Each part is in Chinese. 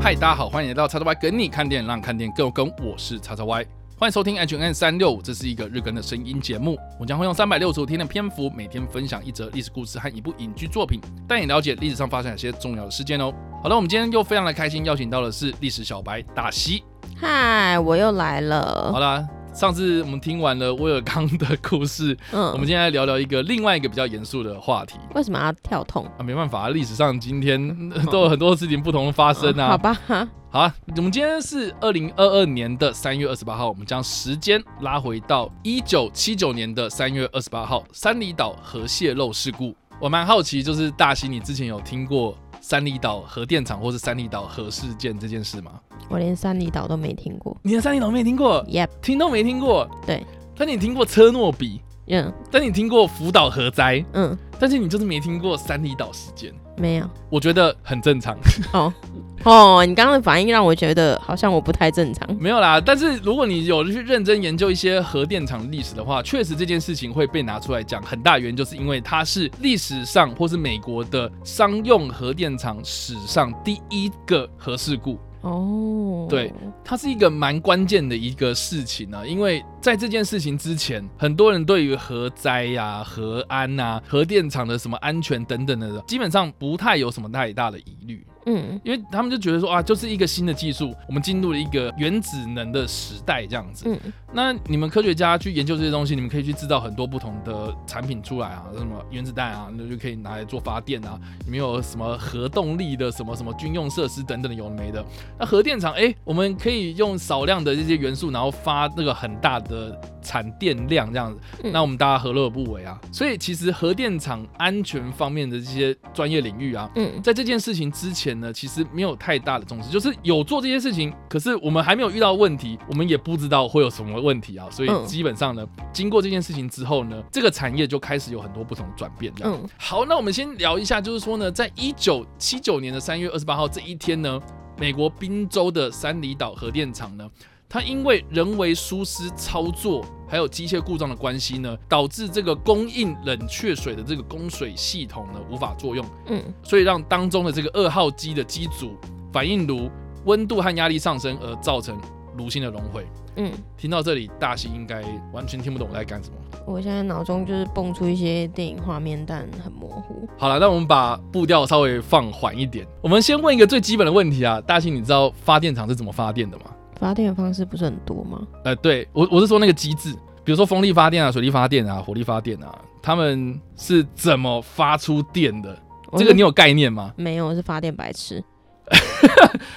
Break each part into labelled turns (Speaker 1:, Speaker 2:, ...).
Speaker 1: 嗨，大家好，欢迎来到叉叉 Y 跟你看电影，让看电影更有梗。我是叉叉 Y，欢迎收听 H N 三六五，这是一个日更的声音节目。我将会用三百六十五天的篇幅，每天分享一则历史故事和一部影剧作品，带你了解历史上发生哪些重要的事件哦。好的，我们今天又非常的开心，邀请到的是历史小白大西。
Speaker 2: 嗨，我又来了
Speaker 1: 好。啦，上次我们听完了威尔刚的故事，
Speaker 2: 嗯，
Speaker 1: 我们今天来聊聊一个另外一个比较严肃的话题。
Speaker 2: 为什么要跳痛？
Speaker 1: 啊，没办法，历史上今天呃都有很多事情不同的发生啊。
Speaker 2: 好吧， 哈
Speaker 1: 好啊，我们今天是二零二二年的三月二十八号，我们将时间拉回到一九七九年的三月二十八号，三里岛核泄漏事故。我蛮好奇，就是大西，你之前有听过三里岛核电厂或是三里岛核事件这件事吗？
Speaker 2: 我连三里岛都没听过。
Speaker 1: 你连三里岛没听过，
Speaker 2: Yep，
Speaker 1: 听都没听过。
Speaker 2: 对，
Speaker 1: 但你听过车诺比，
Speaker 2: 嗯
Speaker 1: 但你听过福岛核灾，
Speaker 2: 嗯，
Speaker 1: 但是你就是没听过三里岛事件。
Speaker 2: 没有。
Speaker 1: 我觉得很正常，
Speaker 2: 哦哦，你刚刚的反应让我觉得好像我不太正常。
Speaker 1: 没有啦。但是如果你有去认真研究一些核电厂历史的话，确实这件事情会被拿出来讲，很大原因就是因为它是历史上或是美国的商用核电厂史上第一个核事故。
Speaker 2: 哦，
Speaker 1: 对，它是一个蛮关键的一个事情呢、因为在这件事情之前，很多人对于核灾呀、核安呐、核电厂的什么安全等等的，基本上不太有什么太大的疑虑。
Speaker 2: 嗯
Speaker 1: 因为他们就觉得说啊，就是一个新的技术，我们进入了一个原子能的时代这样子。
Speaker 2: 嗯
Speaker 1: 那你们科学家去研究这些东西，你们可以去制造很多不同的产品出来啊，什么原子弹啊，那就可以拿来做发电啊。你们有什么核动力的什么什么军用设施等等的有的没的。那核电厂，哎、我们可以用少量的这些元素，然后发那个很大的产电量这样子。
Speaker 2: 嗯
Speaker 1: 那我们大家何乐而不为啊？所以其实核电厂安全方面的这些专业领域啊，
Speaker 2: 嗯
Speaker 1: 在这件事情之前呢，其实没有太大的重视，就是有做这些事情，可是我们还没有遇到问题，我们也不知道会有什么问题啊，所以
Speaker 2: 嗯
Speaker 1: 基本上呢，经过这件事情之后呢，这个产业就开始有很多不同的转变。这样，
Speaker 2: 嗯
Speaker 1: 好，那我们先聊一下，就是说呢，在一九七九年的三月二十八号这一天呢，美国宾州的三里岛核电厂呢，它因为人为疏失操作，还有机械故障的关系呢，导致这个供应冷却水的这个供水系统呢无法作用。
Speaker 2: 嗯
Speaker 1: 所以让当中的这个二号机的机组反应炉温度和压力上升而造成炉心的熔毁。
Speaker 2: 嗯，
Speaker 1: 听到这里，大西应该完全听不懂我在干什么。
Speaker 2: 我现在脑中就是蹦出一些电影画面，但很模糊。
Speaker 1: 好了，那我们把步调稍微放缓一点。我们先问一个最基本的问题啊，大西，你知道发电厂是怎么发电的吗？
Speaker 2: 发电的方式不是很多吗？
Speaker 1: 呃，对我我是说那个机制，比如说风力发电啊、水力发电啊、火力发电啊，他们是怎么发出电的？
Speaker 2: 我
Speaker 1: 这个
Speaker 2: 是
Speaker 1: 你有概念吗？
Speaker 2: 没有？我是发电白痴。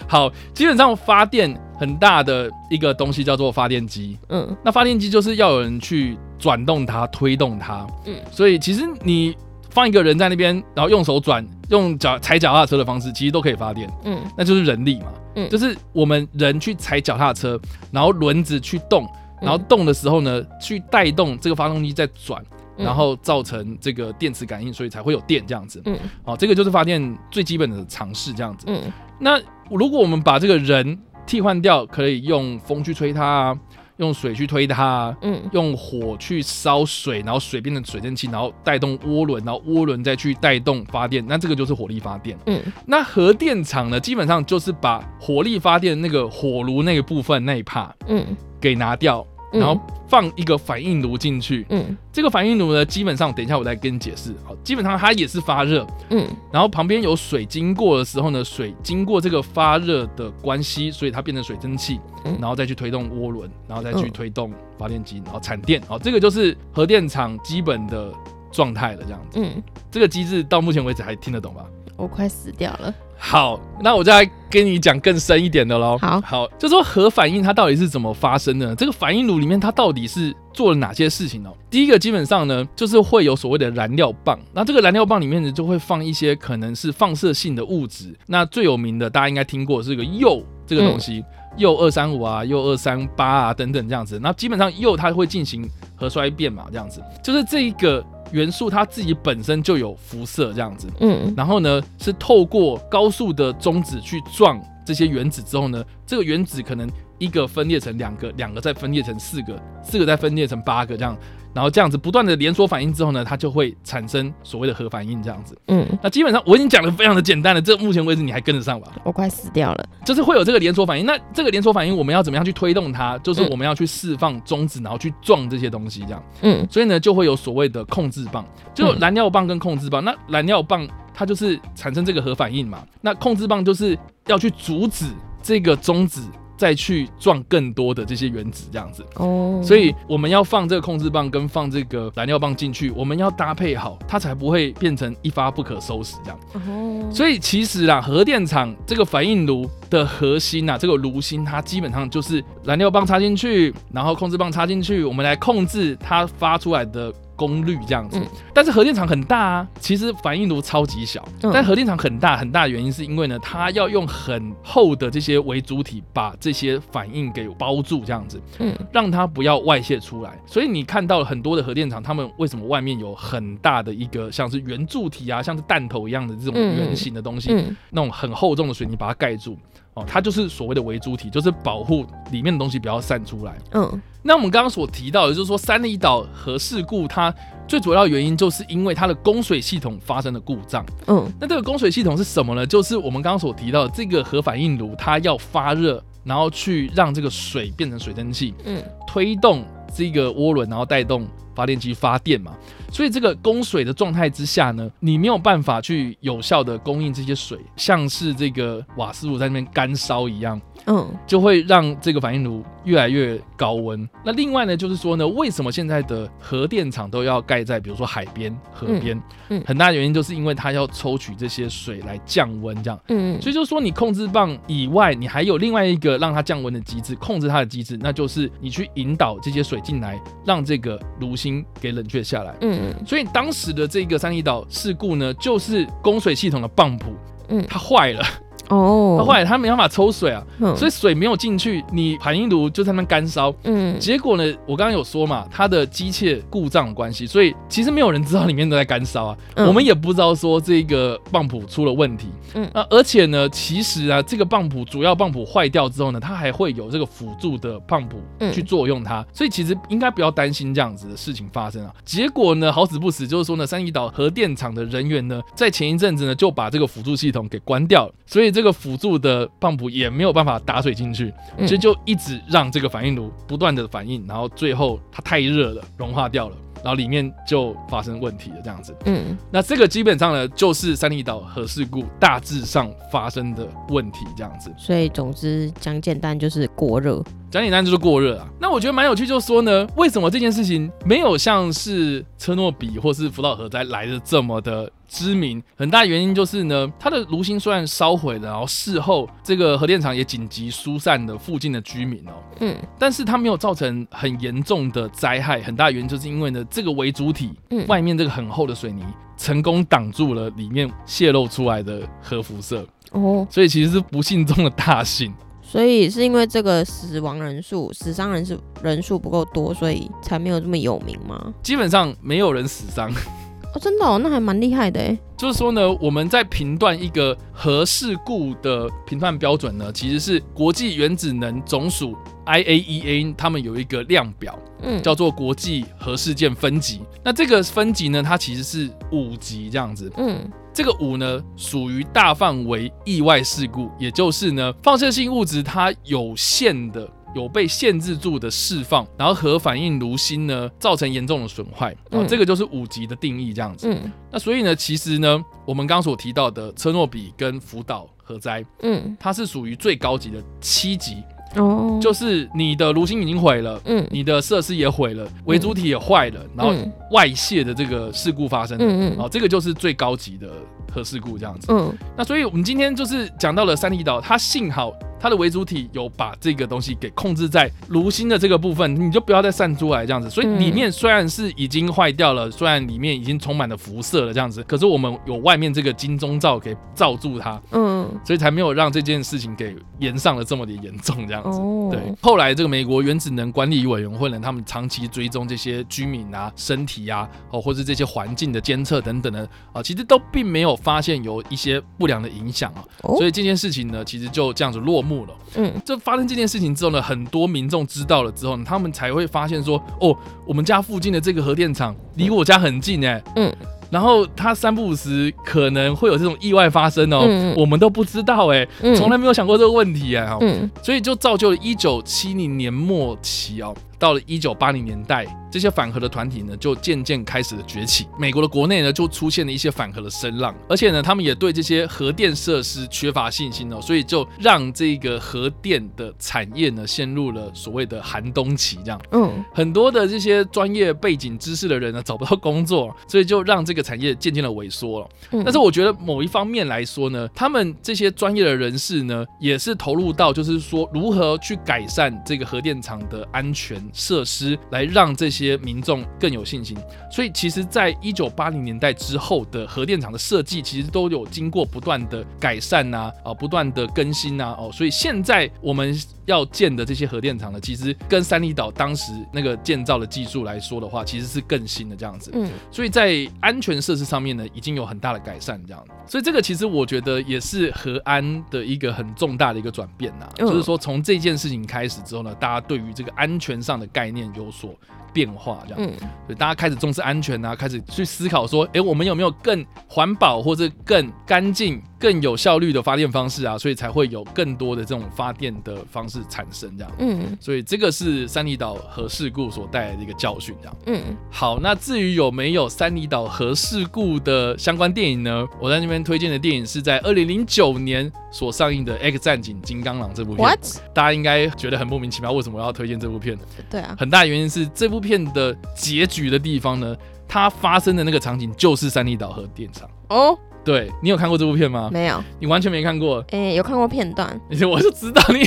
Speaker 1: 好，基本上发电很大的一个东西叫做发电机。
Speaker 2: 嗯
Speaker 1: 那发电机就是要有人去转动它、推动它。嗯
Speaker 2: 嗯，
Speaker 1: 所以其实你放一个人在那边，然后用手转、用脚踩脚踏车的方式，其实都可以发电，
Speaker 2: 嗯
Speaker 1: 那就是人力嘛。嗯，
Speaker 2: 嗯
Speaker 1: 就是我们人去踩脚踏车，然后轮子去动，
Speaker 2: 嗯
Speaker 1: 然后动的时候呢，去带动这个发动机在转。
Speaker 2: 嗯
Speaker 1: 然后造成这个电磁感应，所以才会有电这样子。
Speaker 2: 嗯
Speaker 1: 好、这个就是发电最基本的尝试这样子。
Speaker 2: 嗯
Speaker 1: 那如果我们把这个人替换掉，可以用风去吹它啊，用水去推它啊，
Speaker 2: 嗯
Speaker 1: 用火去烧水，然后水变成水蒸气，然后带动涡轮，然后涡轮再去带动发电，那这个就是火力发电。
Speaker 2: 嗯
Speaker 1: 那核电厂呢，基本上就是把火力发电那个火炉那个部分那一 part
Speaker 2: 嗯，
Speaker 1: 给拿掉，然后放一个反应炉进去。
Speaker 2: 嗯
Speaker 1: 这个反应炉呢，基本上等一下我再跟你解释。好，基本上它也是发热，
Speaker 2: 嗯
Speaker 1: 然后旁边有水经过的时候呢，水经过这个发热的关系，所以它变成水蒸气，
Speaker 2: 嗯
Speaker 1: 然后再去推动涡轮，然后再去推动发电机，然后产电。好，这个就是核电厂基本的状态了。这样子，
Speaker 2: 嗯，
Speaker 1: 这个机制到目前为止还听得懂吧？
Speaker 2: 我快死掉了。
Speaker 1: 好，那我再跟你讲更深一点的喽。
Speaker 2: 好
Speaker 1: 好，就说核反应它到底是怎么发生的呢？这个反应炉里面它到底是做了哪些事情呢？哦第一个基本上呢，就是会有所谓的燃料棒，那这个燃料棒里面呢就会放一些可能是放射性的物质。那最有名的大家应该听过是个铀这个东西，铀二三五啊，铀二三八啊等等这样子。那基本上铀它会进行核衰变嘛，这样子，就是这一个元素它自己本身就有辐射这样子。
Speaker 2: 嗯
Speaker 1: 然后呢是透过高速的中子去撞这些原子之后呢，这个原子可能一个分裂成两个，两个再分裂成四个，四个再分裂成八个这样，然后这样子不断的连锁反应之后呢，它就会产生所谓的核反应这样子。
Speaker 2: 嗯，
Speaker 1: 那基本上我已经讲的非常的简单了，这目前为止你还跟得上吧？
Speaker 2: 我快死掉了。
Speaker 1: 就是会有这个连锁反应。那这个连锁反应我们要怎么样去推动它？就是我们要去释放中子，然后去撞这些东西，这样。
Speaker 2: 嗯
Speaker 1: 所以呢，就会有所谓的控制棒，就有燃料棒跟控制棒。那燃料棒它就是产生这个核反应嘛，那控制棒就是要去阻止这个中子再去撞更多的这些原子，这样子。
Speaker 2: 哦，
Speaker 1: 所以我们要放这个控制棒跟放这个燃料棒进去，我们要搭配好，它才不会变成一发不可收拾这样。
Speaker 2: 哦，
Speaker 1: 所以其实啦，核电厂这个反应炉的核心呐、啊，这个炉心它基本上就是燃料棒插进去，然后控制棒插进去，我们来控制它发出来的。功率这样子
Speaker 2: 嗯，
Speaker 1: 但是核电厂很大啊，其实反应炉超级小。
Speaker 2: 嗯
Speaker 1: 但核电厂很大，很大的原因是因为呢，它要用很厚的这些为主体把这些反应给包住，这样子。
Speaker 2: 嗯
Speaker 1: 让它不要外泄出来。所以你看到很多的核电厂，他们为什么外面有很大的一个像是圆柱体啊，像是弹头一样的这种
Speaker 2: 嗯嗯
Speaker 1: 圆形的东西，
Speaker 2: 嗯
Speaker 1: 那种很厚重的水泥把它盖住？哦，它就是所谓的围主体，就是保护里面的东西不要散出来。
Speaker 2: 嗯
Speaker 1: 那我们刚刚所提到的，就是说三里岛核事故，它最主要的原因就是因为它的供水系统发生了故障。
Speaker 2: 嗯
Speaker 1: 那这个供水系统是什么呢？就是我们刚刚所提到的这个核反应炉，它要发热，然后去让这个水变成水蒸气，
Speaker 2: 嗯
Speaker 1: 推动这个涡轮，然后带动发电机发电嘛。所以这个供水的状态之下呢，你没有办法去有效的供应这些水，像是这个瓦斯炉在那边干烧一样，
Speaker 2: 嗯
Speaker 1: 就会让这个反应炉越来越高温。那另外呢，就是说呢，为什么现在的核电厂都要盖在比如说海边、河边？
Speaker 2: 嗯嗯
Speaker 1: 很大的原因就是因为它要抽取这些水来降温，这样。
Speaker 2: 嗯，
Speaker 1: 所以就是说，你控制棒以外，你还有另外一个让它降温的机制，控制它的机制，那就是你去引导这些水进来，让这个炉心给冷却下来。
Speaker 2: 嗯
Speaker 1: 所以当时的这个三里岛事故呢，就是供水系统的泵浦，
Speaker 2: 嗯
Speaker 1: 它坏了，
Speaker 2: 哦，
Speaker 1: 它坏了，它没办法抽水啊，
Speaker 2: 嗯，
Speaker 1: 所以
Speaker 2: 以
Speaker 1: 水没有进去，你反应炉就在那边干烧。
Speaker 2: 嗯
Speaker 1: 结果呢，我刚刚有说嘛，它的机械故障的关系，所以其实没有人知道里面都在干烧啊，
Speaker 2: 嗯
Speaker 1: 我们也不知道说这个泵浦出了问题。
Speaker 2: 嗯
Speaker 1: 那、而且呢，其实啊，这个泵浦主要泵浦坏掉之后呢，它还会有这个辅助的泵浦
Speaker 2: 嗯
Speaker 1: 去作用它，所以其实应该不要担心这样子的事情发生啊。结果呢，好死不死，就是说呢，三义岛核电厂的人员呢，在前一阵子呢就把这个辅助系统给关掉了，所以这个辅助的泵浦也没有办法打水进去。
Speaker 2: 嗯
Speaker 1: 所以就一直让这个反应炉不断的反应，然后最后它太热了，融化掉了，然后里面就发生问题了这样子。
Speaker 2: 嗯
Speaker 1: 那这个基本上呢，就是三里岛核事故大致上发生的问题这样子。
Speaker 2: 所以总之讲简单就是过热，
Speaker 1: 讲简单就是过热啊。那我觉得蛮有趣，就是说呢，为什么这件事情没有像是车诺比或是福岛核灾来的这么的知名？很大原因就是呢，它的炉心虽然烧毁了，然后事后这个核电厂也紧急疏散了附近的居民哦。
Speaker 2: 嗯
Speaker 1: 但是它没有造成很严重的灾害，很大的原因就是因为呢，这个为主体
Speaker 2: 嗯
Speaker 1: 外面这个很厚的水泥成功挡住了里面泄露出来的核辐射，
Speaker 2: 哦，
Speaker 1: 所以其实是不幸中的大幸。
Speaker 2: 所以是因为这个死亡人数、死伤人数人数不够多，所以才没有这么有名吗？
Speaker 1: 基本上没有人死伤，
Speaker 2: 哦，真的哦，那还蛮厉害的哎。
Speaker 1: 就是说呢，我们在评断一个核事故的评断标准呢，其实是国际原子能总署 IAEA 他们有一个量表。
Speaker 2: 嗯，
Speaker 1: 叫做国际核事件分级，那这个分级呢，它其实是五级这样子。
Speaker 2: 嗯
Speaker 1: 这个五呢，属于大范围意外事故，也就是呢，放射性物质它有限的。有被限制住的释放，然后核反应炉心呢造成严重的损坏，哦，
Speaker 2: 嗯
Speaker 1: 这个就是五级的定义这样子。
Speaker 2: 嗯
Speaker 1: 那所以呢，其实呢，我们刚刚所提到的车诺比跟福岛核灾，
Speaker 2: 嗯
Speaker 1: 它是属于最高级的七级，
Speaker 2: 哦，
Speaker 1: 就是你的炉心已经毁了，
Speaker 2: 嗯
Speaker 1: 你的设施也毁了，围主体也坏了，然后
Speaker 2: 嗯
Speaker 1: 外泄的这个事故发生了，
Speaker 2: 嗯
Speaker 1: 哦，
Speaker 2: 嗯
Speaker 1: 这个就是最高级的核事故这样子。
Speaker 2: 嗯
Speaker 1: 那所以我们今天就是讲到了三里岛，它幸好它的为主体有把这个东西给控制在炉心的这个部分，你就不要再散出来这样子。所以里面虽然是已经坏掉了，虽然里面已经充满了辐射了这样子，可是我们有外面这个金钟罩给罩住它，
Speaker 2: 嗯
Speaker 1: 所以才没有让这件事情给延上了这么的严重这样子。
Speaker 2: 哦，
Speaker 1: 对，后来这个美国原子能管理委员会呢，他们长期追踪这些居民啊、身体啊，哦，或是这些环境的监测等等的啊、其实都并没有发现有一些不良的影响啊，
Speaker 2: 哦
Speaker 1: 所以这件事情呢，其实就这样子落幕了。
Speaker 2: 嗯，
Speaker 1: 这发生这件事情之后呢，很多民众知道了之后呢，他们才会发现说，哦，我们家附近的这个核电厂离我家很近哎、
Speaker 2: 嗯，
Speaker 1: 然后它三不五时可能会有这种意外发生哦，
Speaker 2: 嗯嗯
Speaker 1: 我们都不知道哎、
Speaker 2: 嗯
Speaker 1: 从来没有想过这个问题哎、哦
Speaker 2: 嗯
Speaker 1: 所以就造就了一九七零年末期哦，到了一九八零年代，这些反核的团体呢就渐渐开始了崛起。美国的国内呢就出现了一些反核的声浪，而且呢他们也对这些核电设施缺乏信心哦，所以就让这个核电的产业呢陷入了所谓的寒冬期这样。
Speaker 2: 嗯
Speaker 1: 很多的这些专业背景知识的人呢找不到工作，所以就让这个产业渐渐的萎缩了。
Speaker 2: 嗯，
Speaker 1: 但是我觉得某一方面来说呢，他们这些专业的人士呢，也是投入到就是说如何去改善这个核电厂的安全设施，来让这些民众更有信心。所以其实，在一九八零年代之后的核电厂的设计，其实都有经过不断的改善呐、啊，不断的更新呐、哦，所以现在我们要建的这些核电厂呢，其实跟三里岛当时那个建造的技术来说的话，其实是更新的这样子。
Speaker 2: 嗯
Speaker 1: 所以在安全设施上面呢，已经有很大的改善，这样。所以这个其实我觉得也是和安的一个很重大的一个转变呐、
Speaker 2: 嗯
Speaker 1: 就是说从这件事情开始之后呢，大家对于这个安全上的概念有所变化，这样。
Speaker 2: 嗯
Speaker 1: 对，大家开始重视安全啊，开始去思考说，诶，我们有没有更环保或者更干净、更有效率的发电方式啊？所以才会有更多的这种发电的方式产生，这样。
Speaker 2: 嗯
Speaker 1: 所以这个是三里岛核事故所带来的一个教训，这样。
Speaker 2: 嗯，
Speaker 1: 好，那至于有没有三里岛核事故的相关电影呢？我在那边推荐的电影是在二零零九年所上映的《X 战警：金刚狼》这部片。
Speaker 2: what？
Speaker 1: 大家应该觉得很莫名其妙，为什么我要推荐这部片？
Speaker 2: 对啊，
Speaker 1: 很大原因是这部片的结局的地方呢，它发生的那个场景就是三里岛核电厂。
Speaker 2: 哦，
Speaker 1: 对你有看过这部片吗？
Speaker 2: 没有，
Speaker 1: 你完全没看过，
Speaker 2: 诶，有看过片段，啊，
Speaker 1: 我就知道你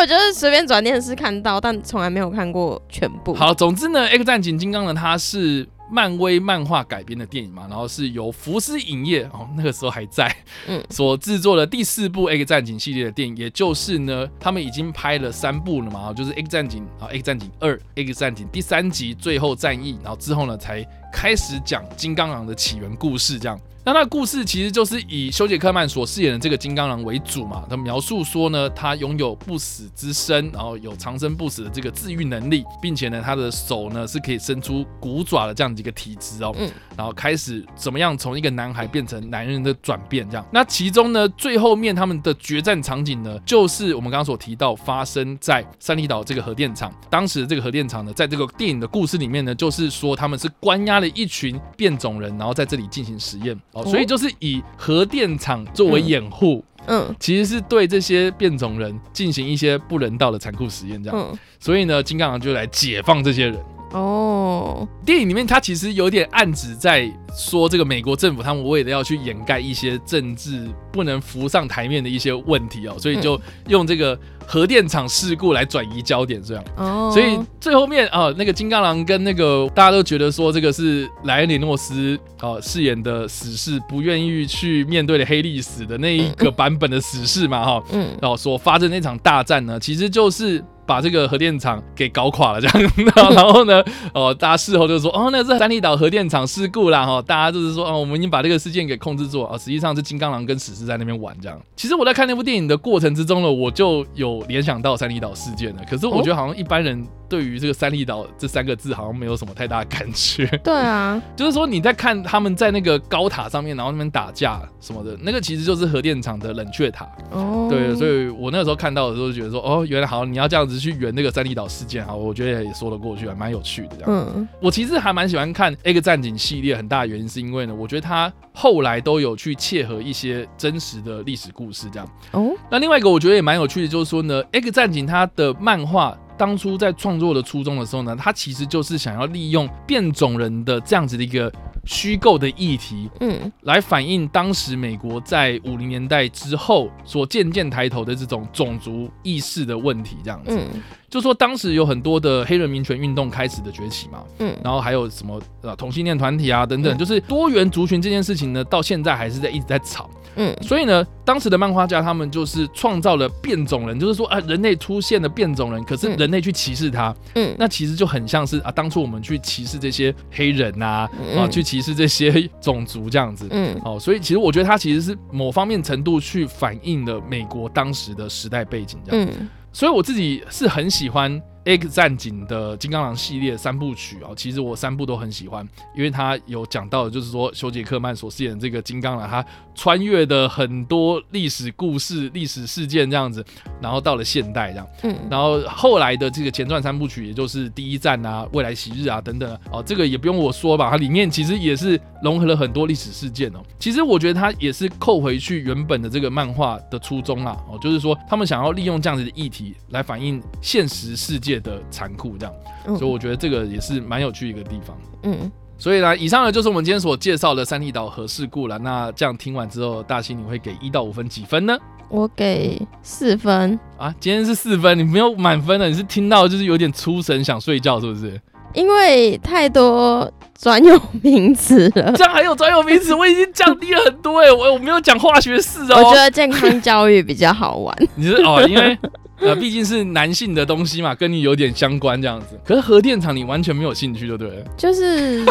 Speaker 2: 我就是随便转电视看到，但从来没有看过全部。，
Speaker 1: 好，总之呢，《X 战警：金刚狼》它是漫威漫画改编的电影嘛，然后是由福斯影业哦，那个时候还在，
Speaker 2: 嗯
Speaker 1: 所制作的第四部《X 战警》系列的电影，也就是呢，他们已经拍了三部了嘛，就是《X 战警》啊，《X 战警二》、《X 战警》第三集《最后战役》，然后之后呢，才开始讲金刚狼的起源故事这样。那他的故事其实就是以休杰克曼所饰演的这个金刚狼为主嘛，他描述说呢，他拥有不死之身，然后有长生不死的这个治愈能力，并且呢，他的手呢是可以伸出骨爪的这样的一个体质哦，
Speaker 2: 嗯
Speaker 1: 然后开始怎么样从一个男孩变成男人的转变这样。那其中呢，最后面他们的决战场景呢，就是我们刚刚所提到发生在三里岛这个核电厂。当时这个核电厂呢，在这个电影的故事里面呢，就是说他们是关押了一群变种人，然后在这里进行实验哦，
Speaker 2: 哦
Speaker 1: 所以就是以核电厂作为掩护。
Speaker 2: 嗯
Speaker 1: 其实是对这些变种人进行一些不人道的残酷实验，这样。
Speaker 2: 嗯，
Speaker 1: 所以呢，金刚狼就来解放这些人。
Speaker 2: 哦，
Speaker 1: 电影里面它其实有点暗指在说，这个美国政府他们为了要去掩盖一些政治不能浮上台面的一些问题哦，所以就用这个核电厂事故来转移焦点，这样。
Speaker 2: 哦，
Speaker 1: 所以最后面啊、那个金刚狼跟那个大家都觉得说这个是莱恩·里诺斯哦、饰演的死侍不愿意去面对的黑历史的那一个版本的死侍嘛哈、
Speaker 2: 嗯，
Speaker 1: 然后哦所发生那场大战呢，其实就是把这个核电厂给搞垮了这样。 然后然后呢，哦，大家事后就说，哦，那是三里岛核电厂事故啦，哈、大家就是说，哦，我们已经把这个事件给控制住了，哦，实际上是金刚狼跟史诗在那边玩这样。其实我在看那部电影的过程之中呢，我就有联想到三里岛事件了，可是我觉得好像一般人。对于这个三里岛这三个字，好像没有什么太大的感觉。
Speaker 2: 对啊，
Speaker 1: 就是说你在看他们在那个高塔上面，然后那边打架什么的，那个其实就是核电厂的冷却塔。
Speaker 2: 哦，
Speaker 1: 对，所以我那时候看到的时候就觉得说，哦，原来好，你要这样子去圆那个三里岛事件，好，我觉得也说得过去，还蛮有趣的这样。
Speaker 2: 嗯
Speaker 1: 我其实还蛮喜欢看《X 战警》系列，很大的原因是因为呢，我觉得它后来都有去切合一些真实的历史故事这样。
Speaker 2: 哦，
Speaker 1: 那另外一个我觉得也蛮有趣的，就是说呢，《X 战警》它的漫画当初在创作的初衷的时候呢，它其实就是想要利用变种人的这样子的一个虚构的议题，
Speaker 2: 嗯
Speaker 1: 来反映当时美国在五零年代之后所渐渐抬头的这种种族意识的问题，这样子。
Speaker 2: 嗯
Speaker 1: 就说当时有很多的黑人民权运动开始的崛起嘛，
Speaker 2: 嗯，
Speaker 1: 然后还有什么呃同性恋团体啊等等，
Speaker 2: 嗯
Speaker 1: 就是多元族群这件事情呢，到现在还是在一直在吵。
Speaker 2: 嗯，
Speaker 1: 所以呢，当时的漫画家他们就是创造了变种人，就是说啊，人类出现了变种人，可是
Speaker 2: 嗯
Speaker 1: 人类去歧视他，
Speaker 2: 嗯，
Speaker 1: 那其实就很像是啊，当初我们去歧视这些黑人啊，
Speaker 2: 嗯
Speaker 1: 啊，去歧视这些种族这样子。
Speaker 2: 嗯
Speaker 1: 哦，所以其实我觉得它其实是某方面程度去反映了美国当时的时代背景这样。
Speaker 2: 嗯
Speaker 1: 所以我自己是很喜欢《X 战警》的金刚狼系列三部曲哦，其实我三部都很喜欢，因为它有讲到，就是说休杰克曼所饰演的这个金刚狼，他穿越的很多历史故事、历史事件这样子，然后到了现代这样。
Speaker 2: 嗯
Speaker 1: 然后后来的这个前传三部曲，也就是第一站啊、未来昔日啊等等啊哦，这个也不用我说吧，它里面其实也是融合了很多历史事件哦。其实我觉得它也是扣回去原本的这个漫画的初衷啊，哦，就是说他们想要利用这样子的议题来反映现实世界的残酷，这样，
Speaker 2: 嗯，
Speaker 1: 所以我觉得这个也是蛮有趣的一个地方。
Speaker 2: 嗯
Speaker 1: 所以呢，以上呢就是我们今天所介绍的三地岛核事故了。那这样听完之后，大西你会给一到五分几分呢？
Speaker 2: 我给四分，
Speaker 1: 啊，今天是四分，你没有满分了，你是听到就是有点出神想睡觉，是不是？
Speaker 2: 因为太多专有名词了。
Speaker 1: 这样还有专有名词，我已经降低了很多哎、我我没有讲化学式哦、
Speaker 2: 我觉得健康教育比较 好玩。
Speaker 1: 你是哦，因为 呃，毕竟是男性的东西嘛，跟你有点相关这样子。可是核电厂你完全没有兴趣，就对了
Speaker 2: 就是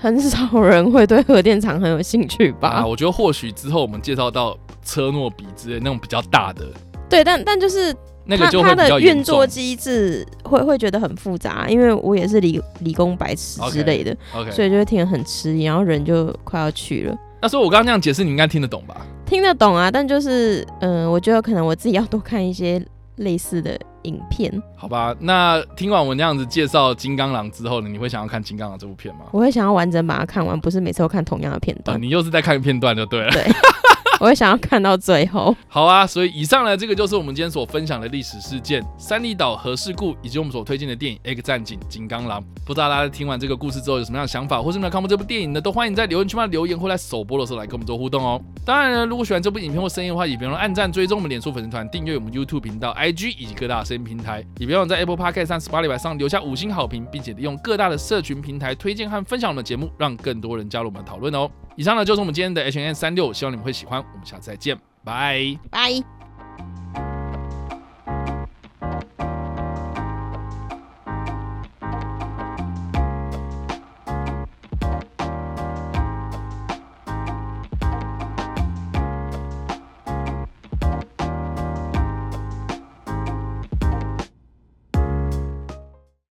Speaker 2: 很少人会对核电厂很有兴趣吧？
Speaker 1: 啊。我觉得或许之后我们介绍到车诺比之类那种比较大的，
Speaker 2: 对，但但就是
Speaker 1: 那个
Speaker 2: 它
Speaker 1: 就
Speaker 2: 它
Speaker 1: 会比
Speaker 2: 的
Speaker 1: 较
Speaker 2: 运
Speaker 1: 严
Speaker 2: 作
Speaker 1: 重。
Speaker 2: 机制会会觉得很复杂，因为我也是理理工白痴
Speaker 1: OK
Speaker 2: 之类的
Speaker 1: OK，
Speaker 2: 所以就会听得很吃力，然后人就快要去了。
Speaker 1: 那所以我刚刚那样解释，你应该听得懂吧？
Speaker 2: 听得懂啊，但就是嗯、呃我觉得可能我自己要多看一些类似的影片，
Speaker 1: 好吧，那听完我那样子介绍《金刚狼》之后呢，你会想要看《金刚狼》这部片吗？
Speaker 2: 我会想要完整把它看完，不是每次都看同样的片
Speaker 1: 啊，
Speaker 2: 段，
Speaker 1: 你又是在看片段就对了。
Speaker 2: 我会想要看到最后。
Speaker 1: 好啊，所以以上呢，这个就是我们今天所分享的历史事件——三立岛核事故，以及我们所推荐的电影《X 战警：金刚狼》。不知道大家听完这个故事之后有什么样的想法，或是没有看过这部电影呢？都欢迎在留言区帮留言，或在首播的时候来跟我们做互动哦。当然呢，如果喜欢这部影片或声音的话，也别忘了按赞、追踪我们脸书粉丝团、订阅我们 YouTube 频道、IG 以及各大声音平台，也别忘了在 Apple Podcast 上、Spotify 上留下五星好评，并且利用各大的社群平台推荐和分享我们的节目，让更多人加入我们的讨论哦。以上呢就是我们今天的 H N 三六，希望你们会喜欢。我们下次再见，拜。
Speaker 2: 拜。